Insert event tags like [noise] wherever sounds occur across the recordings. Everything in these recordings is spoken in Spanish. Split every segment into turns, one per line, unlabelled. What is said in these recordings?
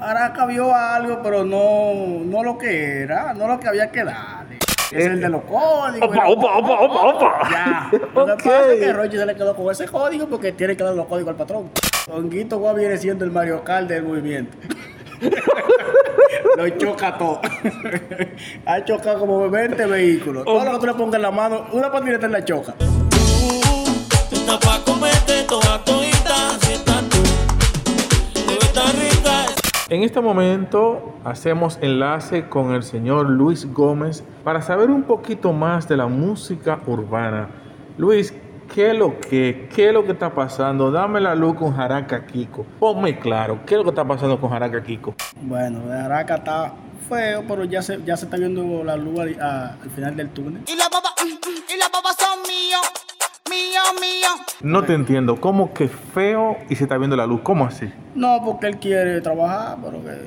Araca vio algo, pero no, no lo que era, no lo que había que darle. Es el de los códigos.
Eh, Opa, opa, opa, opa, opa. [laughs]
Ya. Lo que
Ok.
pasa es que Rochi se le quedó con ese código porque tiene que dar los códigos al patrón. Honguito Guá viene siendo el Mario Kart
[laughs]
del movimiento. lo choca todo. [laughs] ha chocado como 20 vehículos. Todo lo que tú le pongas en la mano, una patineta en la choca.
Tú estás pa' comerte toda todita, si estás tú. Debe estar rica.
En este momento hacemos enlace con el señor Luis Gómez para saber un poquito más de la música urbana. Luis, ¿qué es lo que, qué es lo que está pasando? Dame la luz con Jaraca Kiko. Ponme claro, ¿qué es lo que está pasando con Jaraca Kiko?
Bueno, de Araca está feo, pero ya se, ya se está viendo la luz al- a- al final del túnel.
Y las papas, mm, mm, y las papas son mío, mío, mío.
No te entiendo, ¿cómo que feo y se está viendo la luz? ¿Cómo así?
No, porque él quiere trabajar, pero que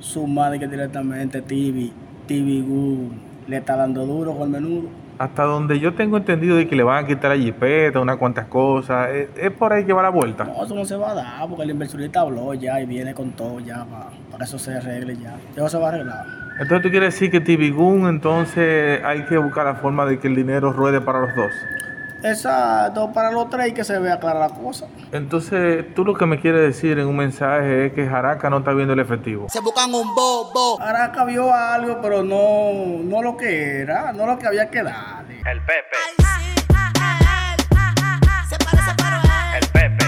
su madre que directamente TV, TV Gu, le está dando duro con el menudo.
Hasta donde yo tengo entendido de que le van a quitar la jipeta, unas cuantas cosas, es, es por ahí que va la vuelta.
No, eso no se va a dar, porque el inversionista habló ya y viene con todo ya para, para que eso se arregle ya. Eso se va a arreglar.
Entonces tú quieres decir que Tibigún, entonces hay que buscar la forma de que el dinero ruede para los dos.
Exacto, para los tres y que se vea clara la cosa.
Entonces tú lo que me quieres decir en un mensaje es que Jaraca no está viendo el efectivo.
Se buscan un bobo.
Araca vio algo, pero no, no lo que era, no lo que había que darle.
El Pepe,
Se para, se para.
el Pepe.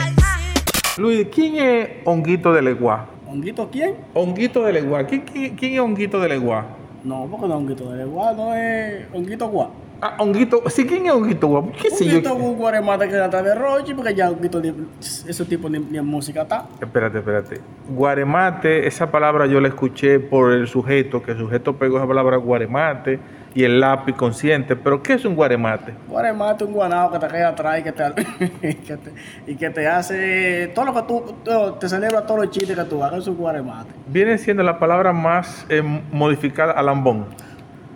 Luis, ¿quién es Honguito de Leguá?
¿Honguito quién?
Honguito de Leguá. ¿Quién, quién, quién es Honguito de Leguá?
No, porque no es honguito de guá, no es honguito guá.
Ah, Honguito. Sí, ¿quién es Honguito Guá? ¿Qué sé yo?
Honguito guá guá más que atrás de Rochi, porque ya honguito, ni- ese tipo ni, ni en música está.
Espérate, espérate. Guaremate, esa palabra yo la escuché por el sujeto, que el sujeto pegó esa palabra guaremate y el lápiz consciente. Pero ¿qué es un guaremate?
Guaremate un guanado que te cae atrás y que te, [laughs] que te- y que te hace todo lo que tú, todo- te celebra todos los chistes que tú hagas, es un guaremate.
Viene siendo la palabra más eh, modificada al lambón.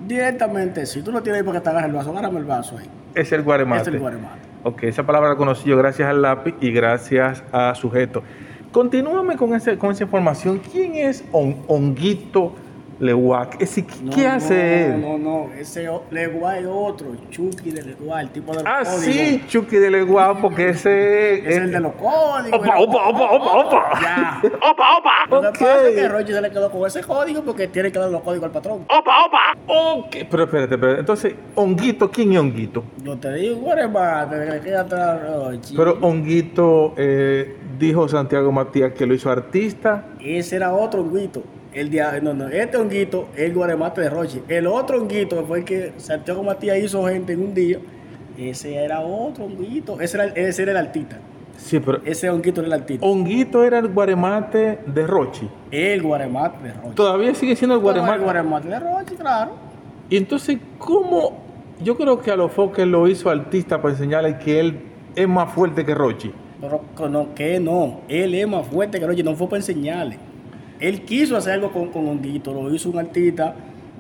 Directamente, si tú no tienes ahí porque te agarras el vaso, agárrame el vaso ahí.
Es el guaremate.
Es el guaremate.
Ok, esa palabra la conocí yo gracias al lápiz y gracias a sujeto. Continúame con, ese, con esa información. ¿Quién es Hon- Honguito Leguac? Es decir, ¿qué
No,
hace
no,
él?
No, no, ese o- Leguá es otro, Chucky de Leguá, el tipo de los
ah,
códigos.
sí, Chucky de Leguac,
[laughs]
porque ese
Es el de los códigos.
Opa, opa, opa, opa, opa.
[laughs]
Ya.
Opa, opa.
Lo que pasa es que
Ok.
Rochi se le quedó con ese código porque tiene que dar los códigos al patrón.
Opa, opa.
Ok, pero espérate, espérate. Entonces, Honguito, ¿quién es Honguito?
Yo te digo, guaremate, que le queda atrás a Rochi.
Pero Honguito eh, dijo Santiago Matías que lo hizo artista.
Ese era otro honguito. El dia- no, no, este honguito es el guaremate de Rochi. El otro honguito fue el que Santiago Matías hizo gente en un día. Ese era otro honguito. Ese era, el- ese era el artista.
Sí, pero
Ese honguito era el
Oh.
artista.
Honguito era el guaremate de Rochi.
El guaremate de Rochi.
Todavía sigue siendo el
Pero
guaremate.
El guaremate de Rochi, claro.
Y entonces, ¿cómo? Yo creo que a los foques lo hizo artista para enseñarle que él es más fuerte que Rochi.
Pero que no, que no. Él es más fuerte que Rochi. No fue para enseñarle. Él quiso hacer algo con, con honguito. Lo hizo un artista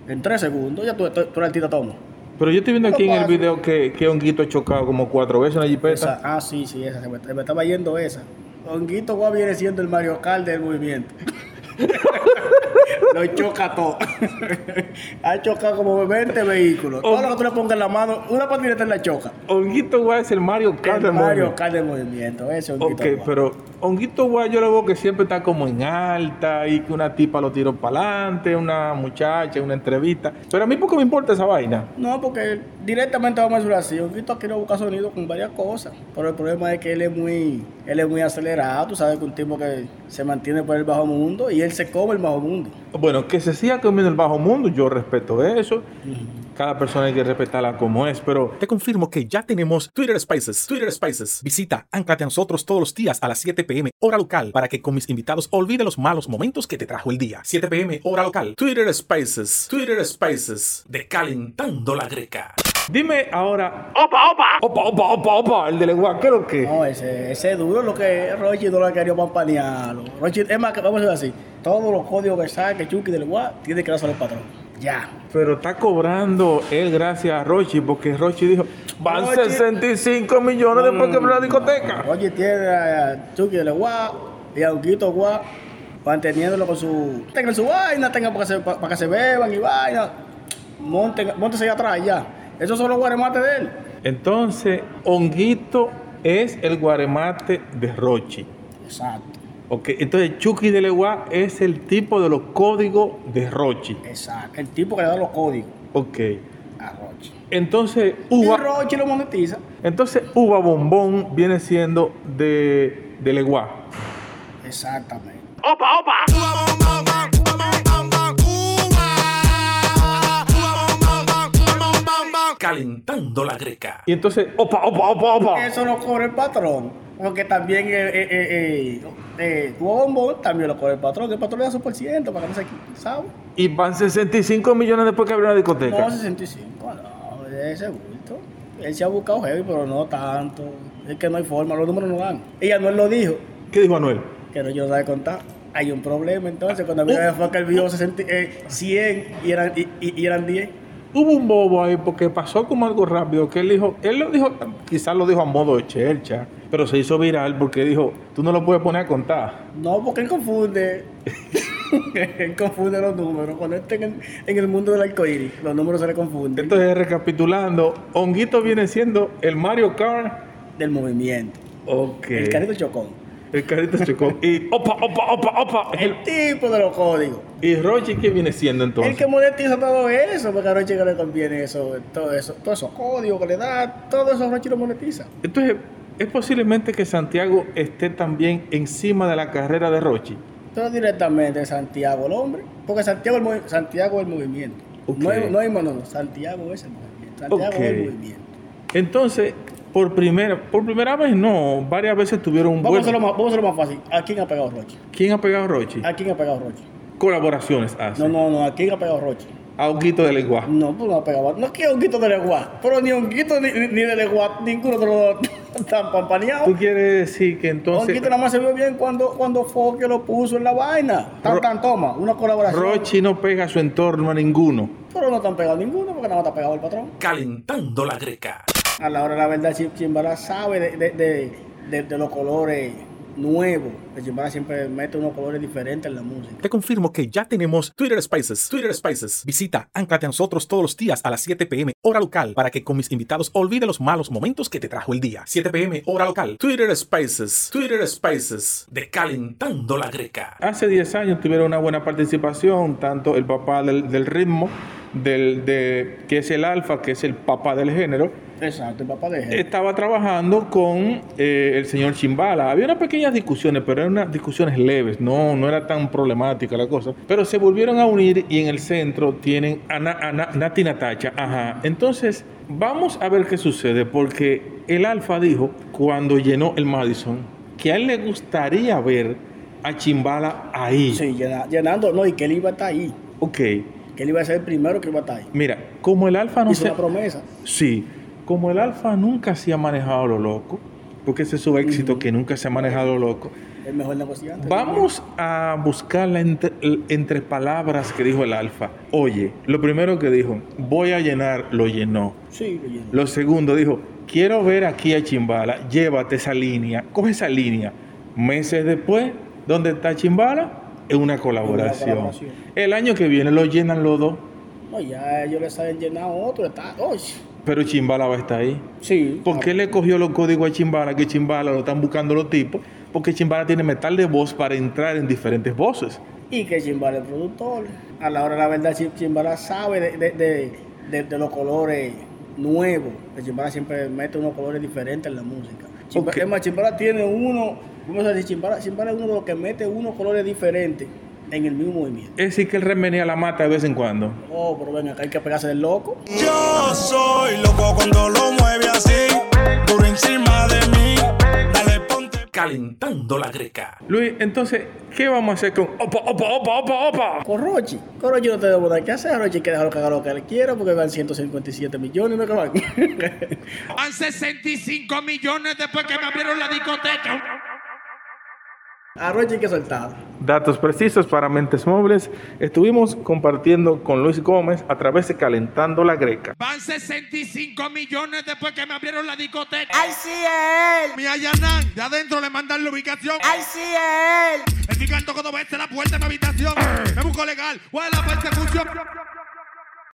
en tres segundos. Ya tú, tú, tú eres artista, toma.
Pero yo estoy viendo aquí en el
pasa.
video que, que Honguito ha chocado como cuatro veces una
Esa-
jipeta.
ah, sí, sí, esa. Se me, se me estaba yendo esa. Honguito Guá viene siendo el Mario Kart del movimiento. [laughs] Lo choca todo. [laughs] ha chocado como 20 vehículos. Todo lo que tú le pongas en la mano, una patineta en la choca.
Honguito Guay es el Mario Kart
El
del
Mario
mundo.
Kart del movimiento. Ese Honguito
Ok,
Guá.
pero Honguito Guay yo lo veo que siempre está como en alta y que una tipa lo tiró para adelante, una muchacha, una entrevista. Pero a mí poco me importa esa vaina.
No, porque directamente vamos a decirlo así. Honguito quiere buscar sonido con varias cosas. Pero el problema es que él es muy, él es muy acelerado. Tú sabes que un tipo que se mantiene por el bajo mundo y él se come el bajo mundo.
Bueno, que se siga comiendo el bajo mundo, yo respeto eso. Cada persona hay que respetarla como es, pero
Te confirmo que ya tenemos Twitter Spaces. Twitter Spaces. Visita Anclate a nosotros todos los días a las 7 pm hora local para que con mis invitados olvide los malos momentos que te trajo el día. 7 pm hora local. Twitter Spaces. Twitter Spaces. De calentando la greca.
Dime ahora,
Opa, opa.
opa, opa, opa, opa, el de Leguá, ¿qué es lo que? es?
No, ese, ese es duro lo que Rochi no lo ha querido pampanearlo. Rochi, es más, que vamos a decir así. Todos los códigos que saque Chucky del guá tiene que dárselo al patrón. Ya.
Pero está cobrando él gracias a Rochi, porque Rochi dijo, van
Rochi- Mm.
65 millones después que abrió la discoteca.
Rochi tiene a Chucky del guá y a Unquito guá manteniéndolo con su. Tengan su vaina, tengan para que se, pa- para que se beban y vaina. Monten, montense ahí atrás ya. Esos son los guaremates de él.
Entonces, Honguito es el guaremate de Rochi.
Exacto,
Ok, entonces Chucky de Leguá es el tipo de los códigos de Rochi.
exacto. El tipo que le da los códigos
Ok.
a Rochi.
Entonces,
Y
Uva,
Rochi lo monetiza.
entonces, Uva Bombón viene siendo de, de Leguá.
Exactamente.
opa, opa.
Calentando la greca.
Y entonces, opa, opa, opa, opa.
Eso lo cobra el patrón. Porque también eh, eh, eh, eh, eh, tu bombón también lo cobra el patrón. Que el patrón le da su por ciento para que no se quite, ¿sabes?
Y van 65 millones después que abrió la discoteca.
No, 65, no, ese bulto. Él se ha buscado heavy, pero no tanto. Es que no hay forma, los números no dan. Ella no lo dijo,
¿Qué dijo Anuel?
que no, yo no sabía contar. Hay un problema entonces, cuando mira fue que él vio 60, eh, 100 y eran, y, y- y eran 10.
Hubo un bobo ahí porque pasó como algo rápido que él dijo, él lo dijo, quizás lo dijo a modo de chercha, pero se hizo viral porque dijo, tú no lo puedes poner a contar.
No, porque él confunde. [laughs] él confunde los números. Cuando él está en el, en el mundo del arcoíris, los números se le confunden.
Entonces, recapitulando, Honguito viene siendo el Mario Kart.
Del movimiento.
Ok.
El carrito del chocón.
El carrito chocó. Y opa, opa, opa, opa.
El tipo de los códigos.
Y Rochi, ¿qué viene siendo
El
entonces?
que monetiza todo eso, porque a Rochi que le conviene eso, todo eso, todos esos códigos que le da, todo eso Rochi lo monetiza.
Entonces, es posiblemente que Santiago esté también encima de la carrera de Rochi.
Todo directamente de Santiago el hombre, porque Santiago, el movi- Santiago es el movimiento.
Ok.
No, hay, no hay Manolo, Santiago es el movimiento. Santiago es el
Ok.
movimiento.
Entonces, por primera, por primera vez no, varias veces tuvieron un
Vamos a, hacerlo
buen...
más, vamos a hacerlo más fácil. ¿A quién ha pegado Rochi?
¿Quién ha pegado a Rochi?
¿A quién ha pegado Rochi?
Ah, Colaboraciones hace.
No, no, no, ¿a quién ha pegado Rochi?
A Oquito de Leguá.
No, pues no ha pegado. No es que honguito de Leguá, pero ni honguito ni, ni- ni de Leguá, ninguno de los dos [laughs] están pampaneados.
¿Tú quieres decir que entonces
Honguito nada más se vio bien cuando, cuando Foque lo puso en la vaina. Tan,
Ro-
tan, toma, una colaboración.
Rochi no pega a su entorno a ninguno?
Pero no están pegados ninguno porque nada más está pegado el patrón.
Calentando la greca.
A la hora de la verdad, Chim- Chimbala sabe de, de, de, de- de los colores nuevos. El Chimbala siempre mete unos colores diferentes en la música.
Te confirmo que ya tenemos Twitter Spaces. Twitter Spaces. Visita Ancate a nosotros todos los días a las 7 pm hora local para que con mis invitados olvide los malos momentos que te trajo el día. 7 pm hora local. Twitter Spaces. Twitter Spaces. De Calentando la Greca.
Hace 10 años tuvieron una buena participación, tanto el papá del, del ritmo, del, de, que es el alfa, que es el papá del género,
Exacto, el papá de gente.
Eh, estaba trabajando con eh, el señor Chimbala. Había unas pequeñas discusiones, pero eran unas discusiones leves, no, no era tan problemática la cosa. Pero se volvieron a unir y en el centro tienen a, Na- a Na- Nati Natacha. Ajá. Entonces, vamos a ver qué sucede, porque el Alfa dijo cuando llenó el Madison que a él le gustaría ver a Chimbala ahí.
Sí, llena- llenando, no, y que él iba a estar ahí.
Ok,
Que él iba a ser el primero que iba a estar ahí.
mira, como el Alfa no
Hizo
se.
una promesa.
Sí, como el Alfa nunca se ha manejado lo loco, porque ese es su éxito, que nunca se ha manejado lo loco.
El mejor negociante.
Vamos a buscar la entre, el- entre palabras que dijo el Alfa. Oye, lo primero que dijo, voy a llenar, lo llenó.
Sí, lo llenó.
Lo segundo dijo, quiero ver aquí a Chimbala, llévate esa línea, coge esa línea. Meses después, ¿dónde está Chimbala? En una colaboración.
colaboración.
El año que viene lo llenan los dos,
No, ya ellos le saben llenar otro. Está, Ah, ¡Uy!
pero Chimbala va a estar ahí.
Sí.
¿Por qué le cogió los códigos a Chimbala? Que Chimbala lo están buscando los tipos. Porque Chimbala tiene metal de voz para entrar en diferentes voces.
Y que Chimbala es productor. A la hora de la verdad, Chim- Chimbala sabe de, de, de- de- de los colores nuevos. Que Chimbala siempre mete unos colores diferentes en la música. Chimba-
Ok.
Es más, Chimbala tiene uno, vamos a decir, Chimbala, Chimbala es uno de los que mete unos colores diferentes en el mismo movimiento.
Es decir, que él remenea la mata de vez en cuando.
Oh, pero ven acá, hay que pegarse del loco.
Yo soy loco cuando lo mueve así, por encima de mí. Dale ponte
Calentando la Greca.
Luis, entonces, ¿qué vamos a hacer con Opa, Opa, Opa, Opa, Opa?
Con Rochi. Con Rochi no te debo nada que hacer. Rochi hay que dejarlo que haga lo que él quiera porque van 157 millones, ¿no que van? [laughs]
Van 65 millones después que me abrieron la discoteca.
Arroz y queso soltado.
Datos precisos para mentes móviles. Estuvimos compartiendo con Luis Gómez a través de Calentando la Greca.
Van 65 millones después que me abrieron la discoteca.
Ay, sí es él.
Me allanan, de adentro le mandan la ubicación.
Ay, sí es él.
Estoy cantando cuando veces la puerta de mi habitación. Me busco legal, ¿cuál es la persecución?